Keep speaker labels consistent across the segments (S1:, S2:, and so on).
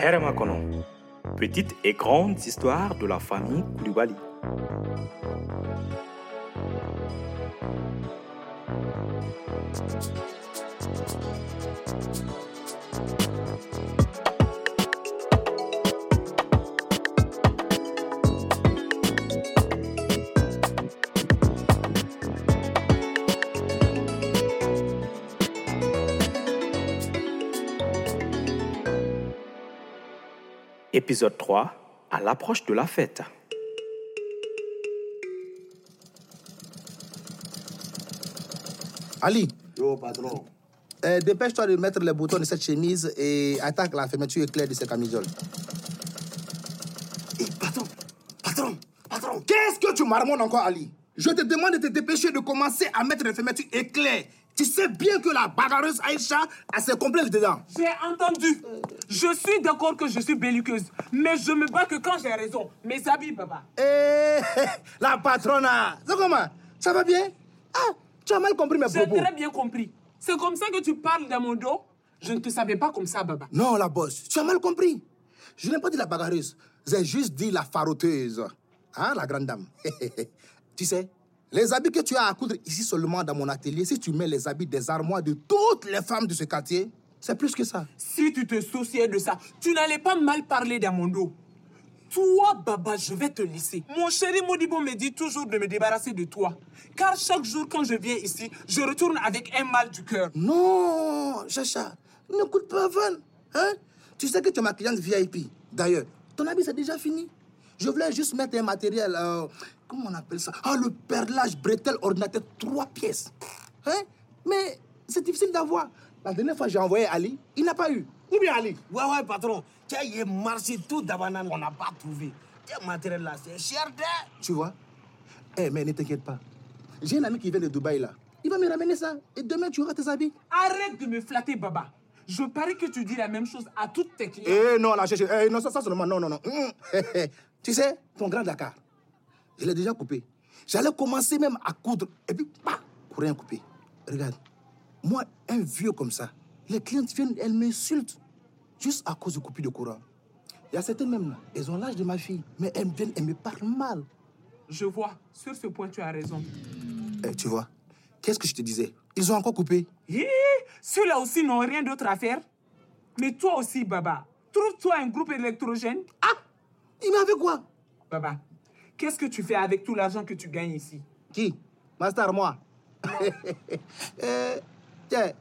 S1: Hermakono, petite et grande histoire de la famille Koulibaly. Épisode 3, à l'approche de la fête.
S2: Ali,
S3: Yo, patron.
S2: euh, dépêche-toi de mettre les boutons de cette chemise et attaque la fermeture éclair de cette camisole.
S3: Hé, Eh, patron, patron, patron.
S2: Qu'est-ce que tu marmonnes encore, Ali Je te demande de te dépêcher de commencer à mettre les fermetures éclair. Tu sais bien que la bagarreuse Aïcha a ses complexes dedans.
S4: J'ai entendu. Je suis d'accord que je suis belliqueuse, mais je me bats que quand j'ai raison. Mes habits, papa.
S2: Eh, la patronne, c'est comment Ça va bien Ah, tu as mal compris mes
S4: J'ai
S2: propos.
S4: très bien compris. C'est comme ça que tu parles dans mon dos. Je ne te savais pas comme ça, baba.
S2: Non, la bosse, tu as mal compris. Je n'ai pas dit la bagarreuse, j'ai juste dit la faroteuse. Hein, la grande dame. tu sais, les habits que tu as à coudre ici seulement dans mon atelier, si tu mets les habits des armoires de toutes les femmes de ce quartier, c'est plus que ça.
S4: Si tu te souciais de ça, tu n'allais pas mal parler dans mon dos. Toi, baba, je vais te laisser. Mon chéri Modibo me dit toujours de me débarrasser de toi. Car chaque jour quand je viens ici, je retourne avec un mal du cœur.
S2: Non, Chacha, n'écoute pas Van. Hein? Tu sais que tu es ma cliente VIP. D'ailleurs, ton habit, c'est déjà fini. Je voulais juste mettre un matériel, euh, comment on appelle ça Ah, le perlage bretelle ordinateur, trois pièces. Hein? Mais c'est difficile d'avoir. La dernière fois, j'ai envoyé Ali, il n'a pas eu. Ou bien Ali
S3: Ouais, ouais, patron. Tu as y marché tout d'abord, on n'a pas trouvé. Tes matériel là, c'est cher, de...
S2: Tu vois Eh, mais ne t'inquiète pas. J'ai un ami qui vient de Dubaï, là. Il va me ramener ça. Et demain, tu auras tes habits.
S4: Arrête de me flatter, baba. Je parie que tu dis la même chose à toutes tes clientes.
S2: Eh non, la chérie, eh non, ça, ça seulement, non, non, non. Hum, hé, hé. tu sais, ton grand Dakar, je l'ai déjà coupé. J'allais commencer même à coudre, et puis, pas pour rien couper. Regarde, moi, un vieux comme ça, les clientes viennent, elles m'insultent, juste à cause de coupure de courant. Il y a certaines même, là, elles ont l'âge de ma fille, mais elles viennent, elles me parlent mal.
S4: Je vois, sur ce point, tu as raison.
S2: Eh, tu vois, qu'est-ce que je te disais Ils ont encore coupé.
S4: Hi, Ceux-là aussi n'ont rien d'autre à faire. Mais toi aussi, Baba, trouve-toi un groupe électrogène.
S2: Ah Ils m'avaient quoi
S4: Baba, qu'est-ce que tu fais avec tout l'argent que tu gagnes ici
S2: Qui Master, moi. Eh, tiens,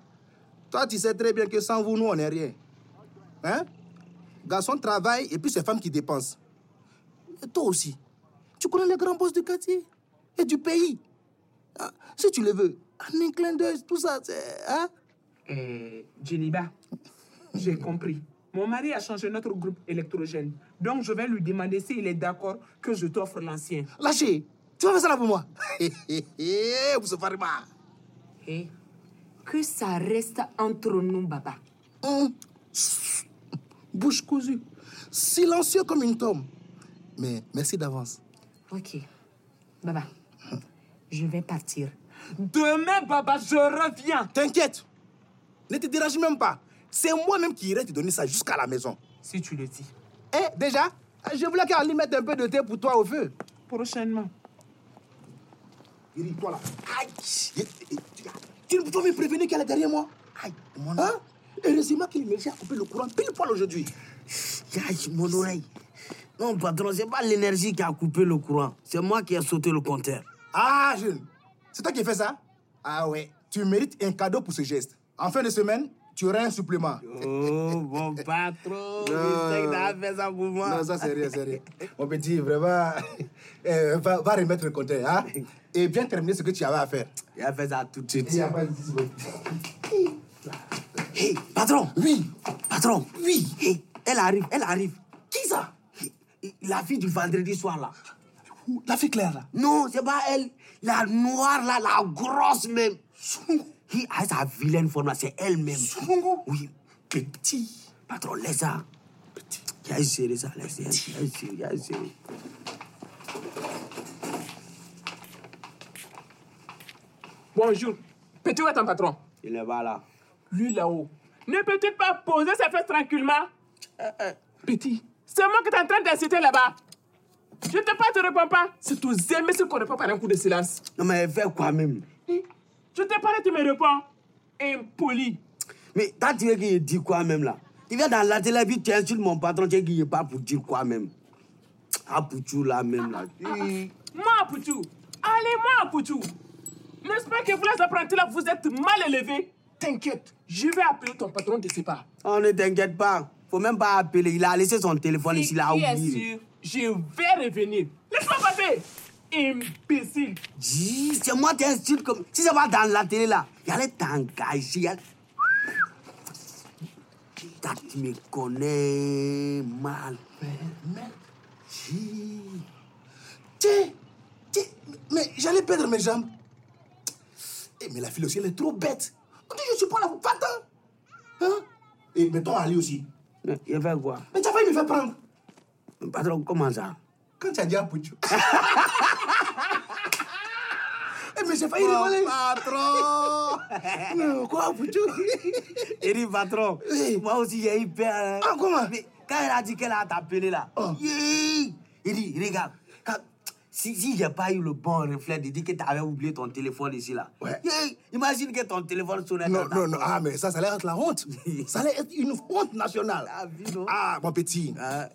S2: toi, tu sais très bien que sans vous, nous, on n'est rien. Hein Garçon travaille et puis c'est femme qui dépense. Et toi aussi, tu connais les grands boss du quartier et du pays. Ah, si tu le veux, en un clin d'œil, tout ça, c'est. Hein?
S4: Eh, Djeliba, j'ai compris. Mon mari a changé notre groupe électrogène. Donc, je vais lui demander s'il est d'accord que je t'offre l'ancien.
S2: Lâchez, tu vas faire ça là pour moi. Hé, hé, hé, vous se farez pas.
S5: Eh, que ça reste entre nous, Baba.
S2: Hum, Bouche cousue, silencieux comme une tombe. Mais merci d'avance.
S5: Ok. Baba, je vais partir.
S4: Demain, Baba, je reviens.
S2: T'inquiète, ne te dérange même pas. C'est moi-même qui irai te donner ça jusqu'à la maison.
S4: Si tu le dis.
S2: Eh, déjà, je voulais qu'Ali mette un peu de thé pour toi au feu.
S4: Prochainement.
S2: Iri, toi là. Aïe. Eh, eh, Tu tu ne peux pas me prévenir qu'elle est derrière moi. Aïe, mon Hein? Heureusement qu'il me a coupé le courant pile poil aujourd'hui.
S3: Aïe, mon oreille. Non, patron, c'est pas l'énergie qui a coupé le courant. C'est moi qui ai sauté le compteur.
S2: Ah, jeune, c'est toi qui fais ça? Ah ouais, tu mérites un cadeau pour ce geste. En fin de semaine, tu auras un supplément.
S3: Oh, mon patron.
S2: Non.
S3: Il a fait ça pour moi.
S2: Non, ça c'est rien, c'est rien. Mon petit, vraiment, euh, va, va remettre le compteur, hein? Et bien terminer ce que tu avais à faire.
S3: Il a fait ça tout de suite.
S2: Il y a pas de souci.
S3: Hé, patron.
S2: Oui,
S3: Patron.
S2: oui.
S3: Hé, Eh, elle arrive, elle arrive.
S2: Qui ça
S3: Hé, hé, La fille du vendredi soir, là.
S2: Où La fille Claire là.
S3: Non, c'est pas elle. La noire là, la grosse même. Qui a sa vilaine forme là, c'est elle-même. Oui, petit. Patron, laisse ça. Petit. Viens serrer ça, laisse, viens viens serrer, viens serrer.
S4: Bonjour. Petit, où est ton patron
S3: Il est pas là.
S4: Lui, là-haut. Ne peux-tu pas poser ses fesses tranquillement
S3: Euh,
S4: Petit, c'est moi que t'es en train d'insulter là-bas. Je te parle, te réponds pas. C'est aux aimés ce qu'on répond par un coup de silence.
S3: Non, mais elle fait quoi même
S4: Je te parle, tu me réponds. Impoli.
S3: Mais quand tu veux qu'il dise quoi même là Tu viens dans la télé, puis tu insultes mon patron, tu veux qu'il pas pour dire quoi même Ah, pour tout là même là. Hi.
S4: Moi, Poutou. Allez, moi, Poutou. N'est-ce pas que vous, les apprentis là, vous êtes mal élevés T'inquiète, je vais appeler ton patron de ses parts.
S3: Oh, ne t'inquiète pas. Faut même pas appeler. Il a laissé son téléphone ici, il a
S4: Bien
S3: oublié.
S4: sûr, je vais revenir. Laisse-moi passer. Imbécile.
S3: Dis, c'est moi qui insulte comme. Si ça va dans la télé là, il allait t'engager. y'allait- Toi, tu me connais mal.
S2: Tiens, tiens, mais j'allais perdre mes jambes. Eh, mais la fille aussi, elle est trop bête. On dit, je suis pas là, va-t'en. Hein? Et mettons Ali aussi.
S3: Mais Il fait quoi
S2: Mais tu as failli me faire prendre.
S3: Le patron, comment ça
S2: Quand tu as dit à Pouchou. Eh, mais j'ai failli rigoler.
S3: patron
S2: Non, quoi, Pouchou
S3: Il dit, patron,
S2: Oui.
S3: moi aussi j'ai eu peur. hein.
S2: Ah, comment
S3: Mais quand elle a dit qu'elle a t'appelé là,
S2: Oh.
S3: yeah, il dit, regarde, quand- si, si j'ai pas eu le bon réflexe de dire que t'avais oublié ton téléphone ici là,
S2: Ouais.
S3: yeah, imagine que ton téléphone sonnait.
S2: Non,
S3: dans ta-
S2: non, non. Ah, mais ça, ça allait être la honte. ça allait être une honte nationale.
S3: Ah, dis donc.
S2: Ah, mon petit,
S3: Ah,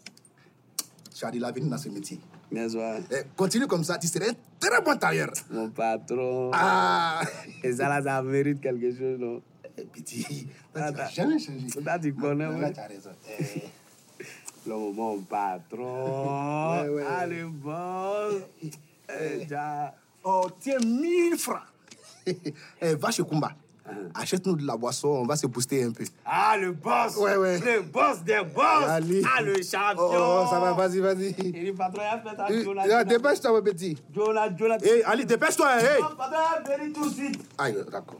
S2: tu as de l'avenir dans ce métier.
S3: bien sûr,
S2: Eh, continue comme ça, tu serais un très bon tailleur.
S3: mon patron.
S2: Ah,
S3: Et ça là, ça mérite quelque chose, non
S2: Eh, petit,
S3: Ah,
S2: toi, tu
S3: bah.
S2: n'as jamais changé.
S3: Toi, tu connais,
S2: Non,
S3: ouais.
S2: Là, tu as raison. Eh.
S3: Le mon patron.
S2: Ouais, ouais.
S3: Allez, bon. Eh, ja.
S2: Oh, tiens, 1000 francs. Eh, va chez Kumba. Achète-nous de la boisson, on va se booster un peu.
S3: Ah, le boss!
S2: Ouais, ouais.
S3: Le boss des boss!
S2: Allez.
S3: Ah, le champion!
S2: Oh, oh, ça va, vas-y, vas-y.
S3: Il dit, patron, il a fait ça,
S2: Eh,
S3: Jonah,
S2: là,
S3: Jonah.
S2: Dépêche-toi, mon petit.
S3: Jonah, Jonah.
S2: Eh, Ali, dépêche-toi, hein, hey.
S3: Non, Patron, il a béni tout de suite.
S2: Aïe, d'accord.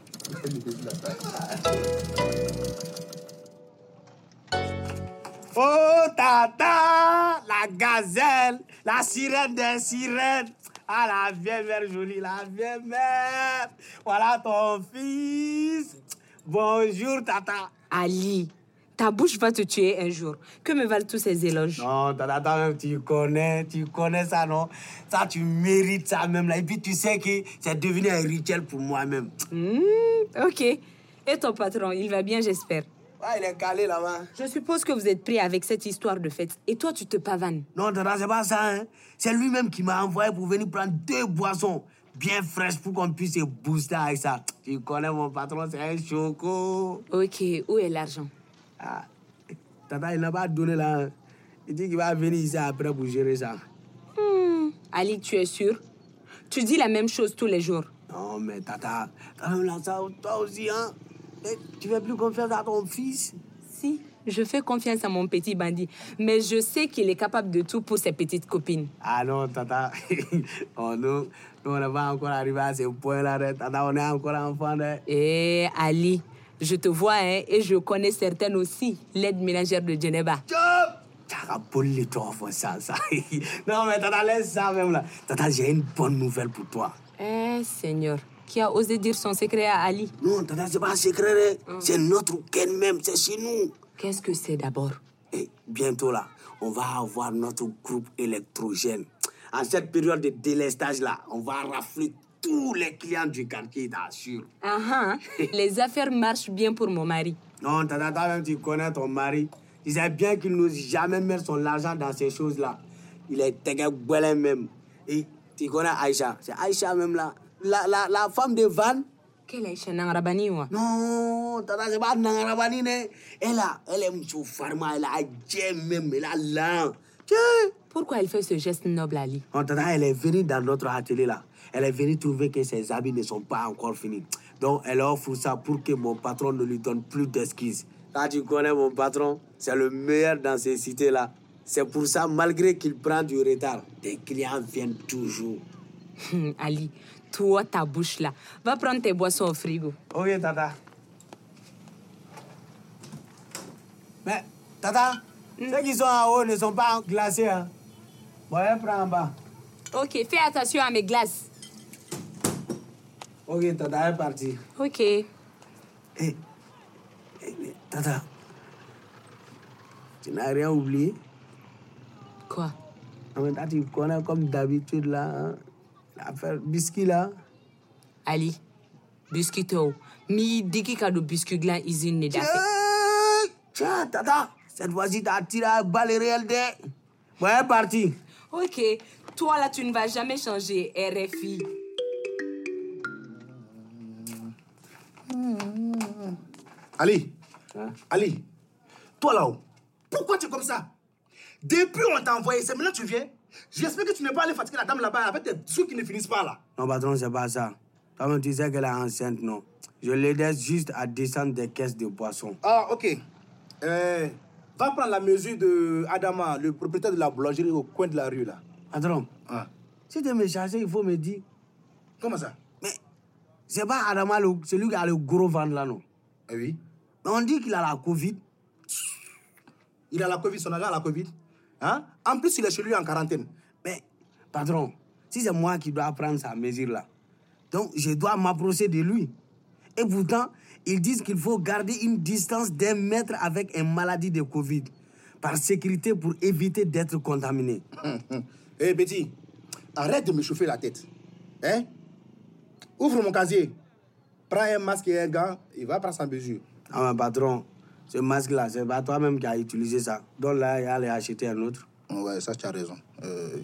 S3: Oh, tata! La gazelle! La sirène des sirènes! Ah, la vieille mère jolie, la vieille mère! Voilà ton fils! Bonjour, tata!
S5: Ali, ta bouche va te tuer un jour. Que me valent tous ces éloges
S3: Non, tata, toi-même, tu connais, tu connais ça, non? Ça, tu mérites ça même, là. Et puis, tu sais que c'est devenu un rituel pour moi-même.
S5: Hmm, Ok. Et ton patron, il va bien, j'espère.
S3: Ah, il est calé là-bas.
S5: Je suppose que vous êtes pris avec cette histoire de fête. Et toi, tu te pavanes.
S3: Non, Tata, c'est pas ça. hein. C'est lui-même qui m'a envoyé pour venir prendre deux boissons bien fraîches pour qu'on puisse se booster avec ça. Tu connais mon patron, c'est un choco.
S5: Ok, où est l'argent
S3: Ah, tata, il n'a pas donné là. hein. Il dit qu'il va venir ici après pour gérer ça.
S5: Hmm, Ali, tu es sûr Tu dis la même chose tous les jours.
S3: Non, mais Tata, quand même, là, ça, toi aussi, hein. Eh, Tu fais plus confiance à ton fils
S5: Si, je fais confiance à mon petit bandit, mais je sais qu'il est capable de tout pour ses petites copines.
S3: Ah non, Tata. oh non, nous, on n'est pas encore arrivé à ce point-là. hein. Tata, on est encore enfant. hein.
S5: Eh, Ali, je te vois, hein, et je connais certaines aussi, l'aide ménagère de Geneva.
S3: Job T'as les toi, faut ça, ça. non, mais tata, laisse ça même là. Tata, j'ai une bonne nouvelle pour toi.
S5: Eh, Seigneur, qui a osé dire son secret à Ali
S3: Non, tata, c'est pas un secret, hein. c'est notre week-end même, c'est chez nous.
S5: Qu'est-ce que c'est d'abord
S3: Et bientôt là, on va avoir notre groupe électrogène. En cette période de délestage là, on va rafler tous les clients du quartier, t'assure.
S5: Ah ah, les affaires marchent bien pour mon mari.
S3: Non, tata, toi-même, tu connais ton mari. Tu sais bien qu'il n'ose jamais mettre son argent dans ces choses-là. Il est dégueulasse même. Et tu connais Aïcha. C'est Aïcha même là. La, la, la femme de Van.
S5: Quelle est Chenan Rabani, wa
S3: Non, tata, c'est pas Nangarabani, né. Elle a, elle aime son pharma, elle a Dieu même, elle a l'un. Dieu.
S5: Pourquoi elle fait ce geste noble, Ali
S3: Non, tata, elle est venue dans notre atelier là. Elle est venue trouver que ses habits ne sont pas encore finis. Donc, elle offre ça pour que mon patron ne lui donne plus d'excuses. Là, tu connais mon patron, c'est le meilleur dans ces cités-là. C'est pour ça, malgré qu'il prend du retard, des clients viennent toujours.
S5: Hum, Ali, toi, ta bouche là, va prendre tes boissons au frigo.
S3: Ok, tata. Mais, tata, ceux qui sont en haut ne sont pas glacés. Hein. Bon, elle prend en bas.
S5: Ok, fais attention à mes glaces.
S3: Ok, tata, elle est partie.
S5: Ok.
S3: Eh, eh, mais tata, Tata, tu n'as rien oublié
S5: Quoi
S3: En même temps, tu connais comme d'habitude là, hein, l'affaire biscuit là.
S5: Ali, biscuit o mi digi ka don biscuit dilan usine ne da fɛ
S3: Hey, Eh, Tiens, Tata, cette fois-ci, t'as tiré à balle réelle de. Bon, elle est partie.
S5: ok toi là tu ne vas jamais changer RFI
S2: Ali,
S3: Hein?
S2: Ali, toi là-haut, pourquoi tu es comme ça Depuis on t'a envoyé, c'est maintenant que tu viens. J'espère que tu n'es pas allé fatiguer la dame là-bas avec tes trucs qui ne finissent pas là.
S3: Non, patron, c'est pas ça. Toi-même, tu sais qu'elle est enceinte, non Je l'aidais juste à descendre des caisses de boissons.
S2: Ah, ok. Euh, va prendre la mesure de Adama, le propriétaire de la boulangerie au coin de la rue là.
S3: Patron,
S2: Ah.
S3: si tu me chercher, il faut me dire.
S2: Comment ça
S3: Mais c'est pas Adama, le- celui qui a le gros ventre là, non
S2: Eh oui.
S3: Mais on dit qu'il a la Covid.
S2: Il a la Covid, son agent a la Covid. Hein? En plus, il est chez lui en quarantaine.
S3: Mais, patron, si c'est moi qui dois prendre sa mesure là, donc je dois m'approcher de lui. Et pourtant, ils disent qu'il faut garder une distance d'un mètre avec une maladie de Covid, par sécurité pour éviter d'être contaminé.
S2: Hum, hum. Hé, petit, arrête de me chauffer la tête. Hein? Ouvre mon casier. Prends un masque et un gant, il va prendre sa mesure.
S3: Ah, mais patron, ce masque-là, c'est pas toi-même qui as utilisé ça. Donc là, il a aller acheter un autre.
S2: Ouais, ça, tu as raison. Euh,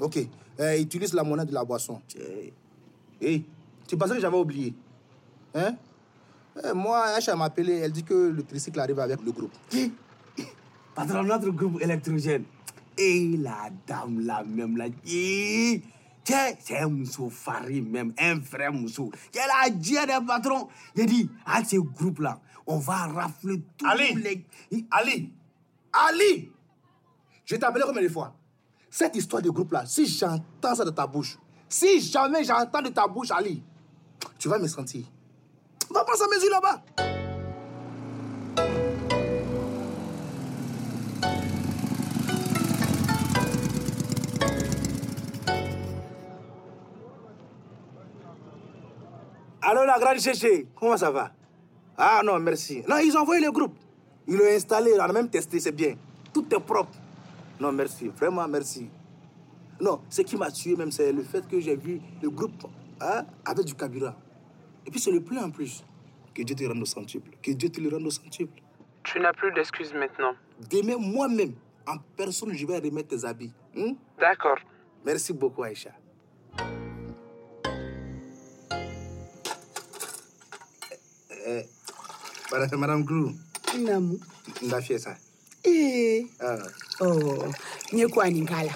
S2: Ok. Euh, utilise la monnaie de la boisson.
S3: C'est-
S2: Hé, tu pensais que j'avais oublié. Hein? Euh, moi, Acha m'a appelé, elle dit que le tricycle arrive avec le groupe. Eh, Qui?
S3: Patron, notre groupe électrogène. Et la dame là même là. hi, Tiens, c'est e un Moussou Fari même, un frère Moussou. Tiens, la dieu des patrons. Il dit, avec ce groupe là, on va rafler tous
S2: Ali.
S3: les. Hi,
S2: Ali! Ali! Je t'ai appelé combien de fois? Cette histoire de groupe-là, si j'entends ça de ta bouche, si jamais j'entends de ta bouche, Ali, tu vas me sentir. Va prendre sa mesure là-bas! Allô, la grande chéché, comment ça va? Ah non, merci. Non, ils ont envoyé le groupe. Ils l'ont installé, on a même testé, c'est bien. Tout est propre. Non, merci, vraiment merci. Non, ce qui m'a tué même, c'est le fait que j'ai vu le groupe hein, avec du carburant. Et puis c'est le plein en plus. Que Dieu te rende au centuple. Que Dieu te le rende au centuple.
S4: Tu n'as plus d'excuses maintenant.
S2: Demain, moi-même, en personne, je vais remettre tes habits. hein.
S4: D'accord.
S2: Merci beaucoup, Aïcha. Euh, euh, Madame Grou,
S6: namu
S2: ndafie ça.
S6: ee
S2: Ah.
S6: oh n ye kuwa nin k'a la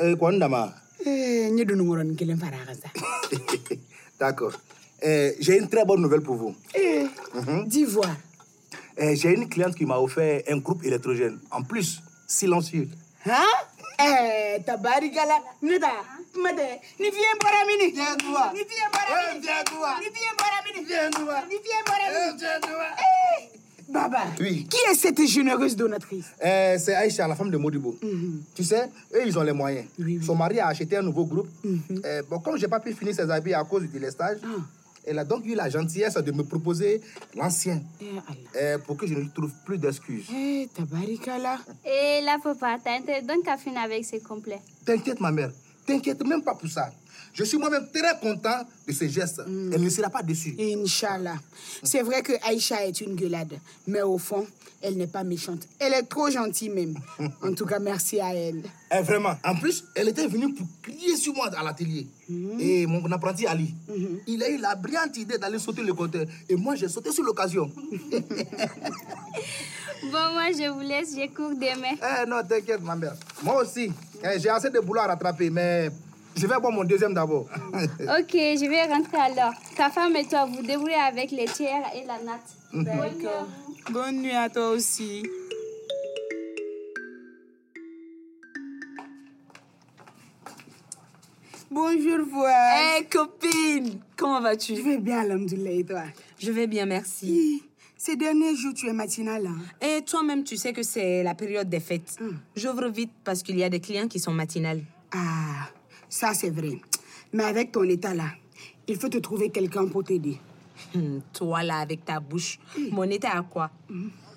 S2: Eh, kɔni dama
S6: Eh, n ye donigɔrɔnin kelen fara a kan sa
S2: d'accord Eh, j'ai une très bonne nouvelle pour vous Mhm.
S6: Eh, d'ivoire
S2: Eh, j'ai une cliente qui m'a offert un groupe électrogène en plus silencieux
S6: han Eh, tabarikala ne ta kuma tɛ ni fiɲɛ bɔra min ni fiɲɛ
S2: duwa.
S6: bɔra
S2: Eh,
S6: min ni
S2: fiɲɛ duwa.
S6: fiɲɛ bɔra min ni
S2: Fiɲɛ duwa.
S6: ni fiɲɛ bɔra min baba
S2: Oui.
S6: qui est cette généreuse donatrice Mhm.
S2: Eh, c'est Aïcha, la femme de Modibo. Tu sais, eux, ils ont les moyens.
S6: Oui, Mhm. oui.
S2: Son mari a acheté un nouveau groupe. Eh, bon, comme j'ai pas pu finir ses habits à cause du délestage,
S6: Ah.
S2: elle a donc eu la gentillesse de me proposer l'ancien
S6: eh ala
S2: eh, pour que je ne lui trouve plus d'excuses.
S6: eh tabarikala
S7: Et là, papa, t'as intérêt donc à finir avec ce complet.
S2: T'inquiète, ma mère. T'inquiète même pas pour ça. Je suis moi-même très content de ce geste.
S6: Mm.
S2: Elle ne sera pas
S6: Eh,
S2: déçue.
S6: Inch'Allah. C'est vrai que Aïcha est une gueulade, mais au fond, elle n'est pas méchante. Elle est trop gentille même. En tout cas, merci à elle.
S2: Eh, vraiment. En plus, elle était venue pour crier sur moi à l'atelier. Et mon apprenti Ali, il a eu la brillante idée d'aller sauter le compteur. Et moi, j'ai sauté sur l'occasion.
S7: Bon, moi, je vous laisse, j'ai cours demain.
S2: eh non, t'inquiète, ma mère. Moi aussi, eh, j'ai assez de boulot à rattraper, mais je vais boire mon deuxième d'abord.
S7: Ok, je vais rentrer alors. Ta femme et toi, vous débrouillez avec les tiers et la natte. Bonne nuit à vous.
S5: bonne nuit à toi aussi
S6: Bonjour, voix.
S5: hey, Eh, copine comment
S6: Eh, Je
S5: vas-tu
S6: vais bien, Alhamdoulilah, et toi
S5: je vais bien merci
S6: Hi, Ces derniers jours, tu es matinale. hein?
S5: et toi-même tu sais que c'est la période des fêtes j'ouvre vite parce qu'il y a des clients qui sont matinales
S6: Ah, ça, c'est vrai. Mais avec ton état là, il faut te trouver quelqu'un pour t'aider.
S5: Hum, toi là, avec ta bouche, mon état à quoi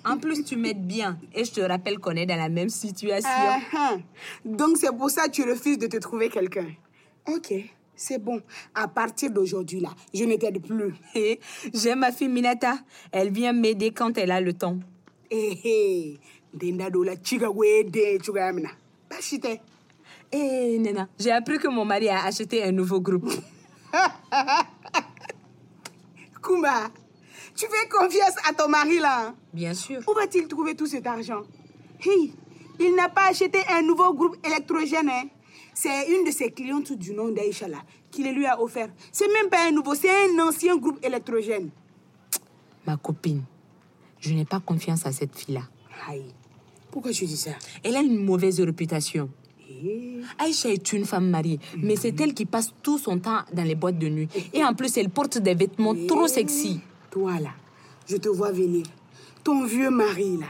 S5: En plus, tu m'aides bien et je te rappelle qu'on est dans la même situation.
S6: Ah, ah. Donc c'est pour ça que tu refuses de te trouver quelqu'un. Ok, c'est bon. À partir d'aujourd'hui, là, je ne t'aide plus.
S5: Hé, J'ai ma fille Minata. Elle vient m'aider quand elle a le temps.
S6: Hé hé, denda do la eh. chiga wede chuga yamina. Bashite.
S5: Hé, Nena, j'ai appris que mon mari a acheté un nouveau groupe.
S6: Kumba, tu fais confiance à ton mari là. hein?
S5: Bien sûr.
S6: Où va-t-il trouver tout cet argent Hi, Il n'a pas acheté un nouveau groupe électrogène. hein. C'est une de ses clientes du nom d'Aïcha là, qui le lui a offert. C'est même pas un nouveau, c'est un ancien groupe électrogène.
S5: Ma copine, je n'ai pas confiance à cette fille-là.
S6: Aïe, pourquoi tu dis ça
S5: Elle a une mauvaise réputation.
S6: Hé,
S5: Aïcha est une femme mariée, mais c'est elle qui passe tout son temps dans les boîtes de nuit. Et en plus, elle porte des vêtements trop sexy.
S6: Toi là, je te vois venir. Ton vieux mari là,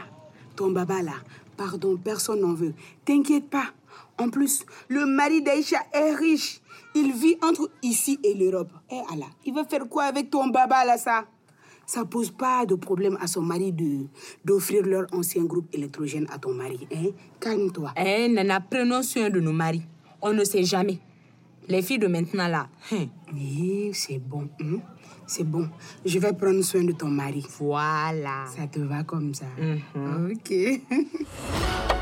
S6: ton baba là, pardon, personne n'en veut. T'inquiète pas. En plus, le mari d'Aïcha est riche. Il vit entre ici et l'Europe. Eh Allah, il va faire quoi avec ton baba là ça Ça pose pas de problème à son mari de d'offrir leur ancien groupe électrogène à ton mari. Hein? Calme-toi.
S5: Eh, nana, prenons soin de nos maris. On ne sait jamais. Les filles de maintenant, là, hein,
S6: Eh, c'est bon. hein? C'est bon. Je vais prendre soin de ton mari.
S5: voilà.
S6: Ça te va comme ça. Ok.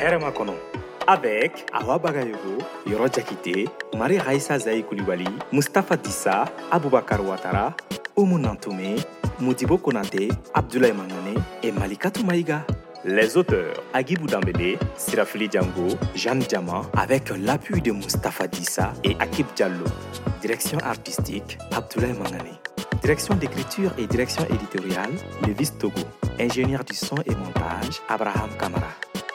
S1: hɛrɛma kɔnɔ avec awa bagayoko yɔrɔ jakite mari haisa zayi kulibali mustafa disa abubakar watara umu nantume mudibo konate abdulayi mangane et malikatu maïga Les auteurs Agibou Dambélé, Sirafili Django, Jeanne Diamant, avec l'appui de Mustafa Dissa et Akib Diallo. Direction artistique Abdoulaye Mangane. Direction d'écriture et direction éditoriale Levis Togo. Ingénieur du son et montage Abraham Kamara.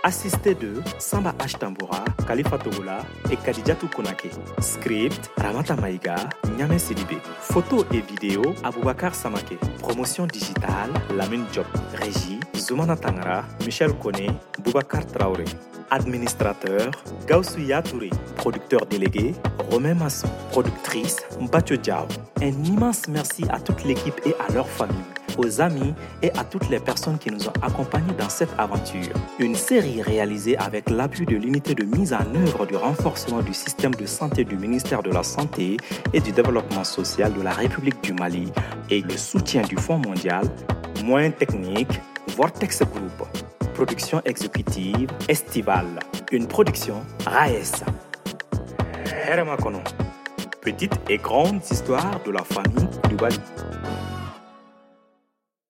S1: Assisté de Samba Ashtambora, Khalifa Togola et Kadijatou Konake. Script Ramata Maïga, Nyame Sidibé. Photos et vidéos Aboubakar Samake. Promotion digitale Lamine Job. Régie Zoumana Tangara, Michel Kone, Boubacar Traoré. Administrateur Gaoussouya Touré. Producteur délégué Romain Masson. Productrice Mbatio Diao. Un immense merci à toute l'équipe et à leur famille aux amis et à toutes les personnes qui nous ont accompagnés dans cette aventure. Une série réalisée avec l'appui de l'unité de mise en œuvre du renforcement du système de santé du ministère de la Santé et du Développement social de la République du Mali et le soutien du Fonds mondial, moyens techniques, Vortex Group. Production exécutive estivale. Une production RAES. Hermakono. Petites et grandes histoires de la famille du Bali.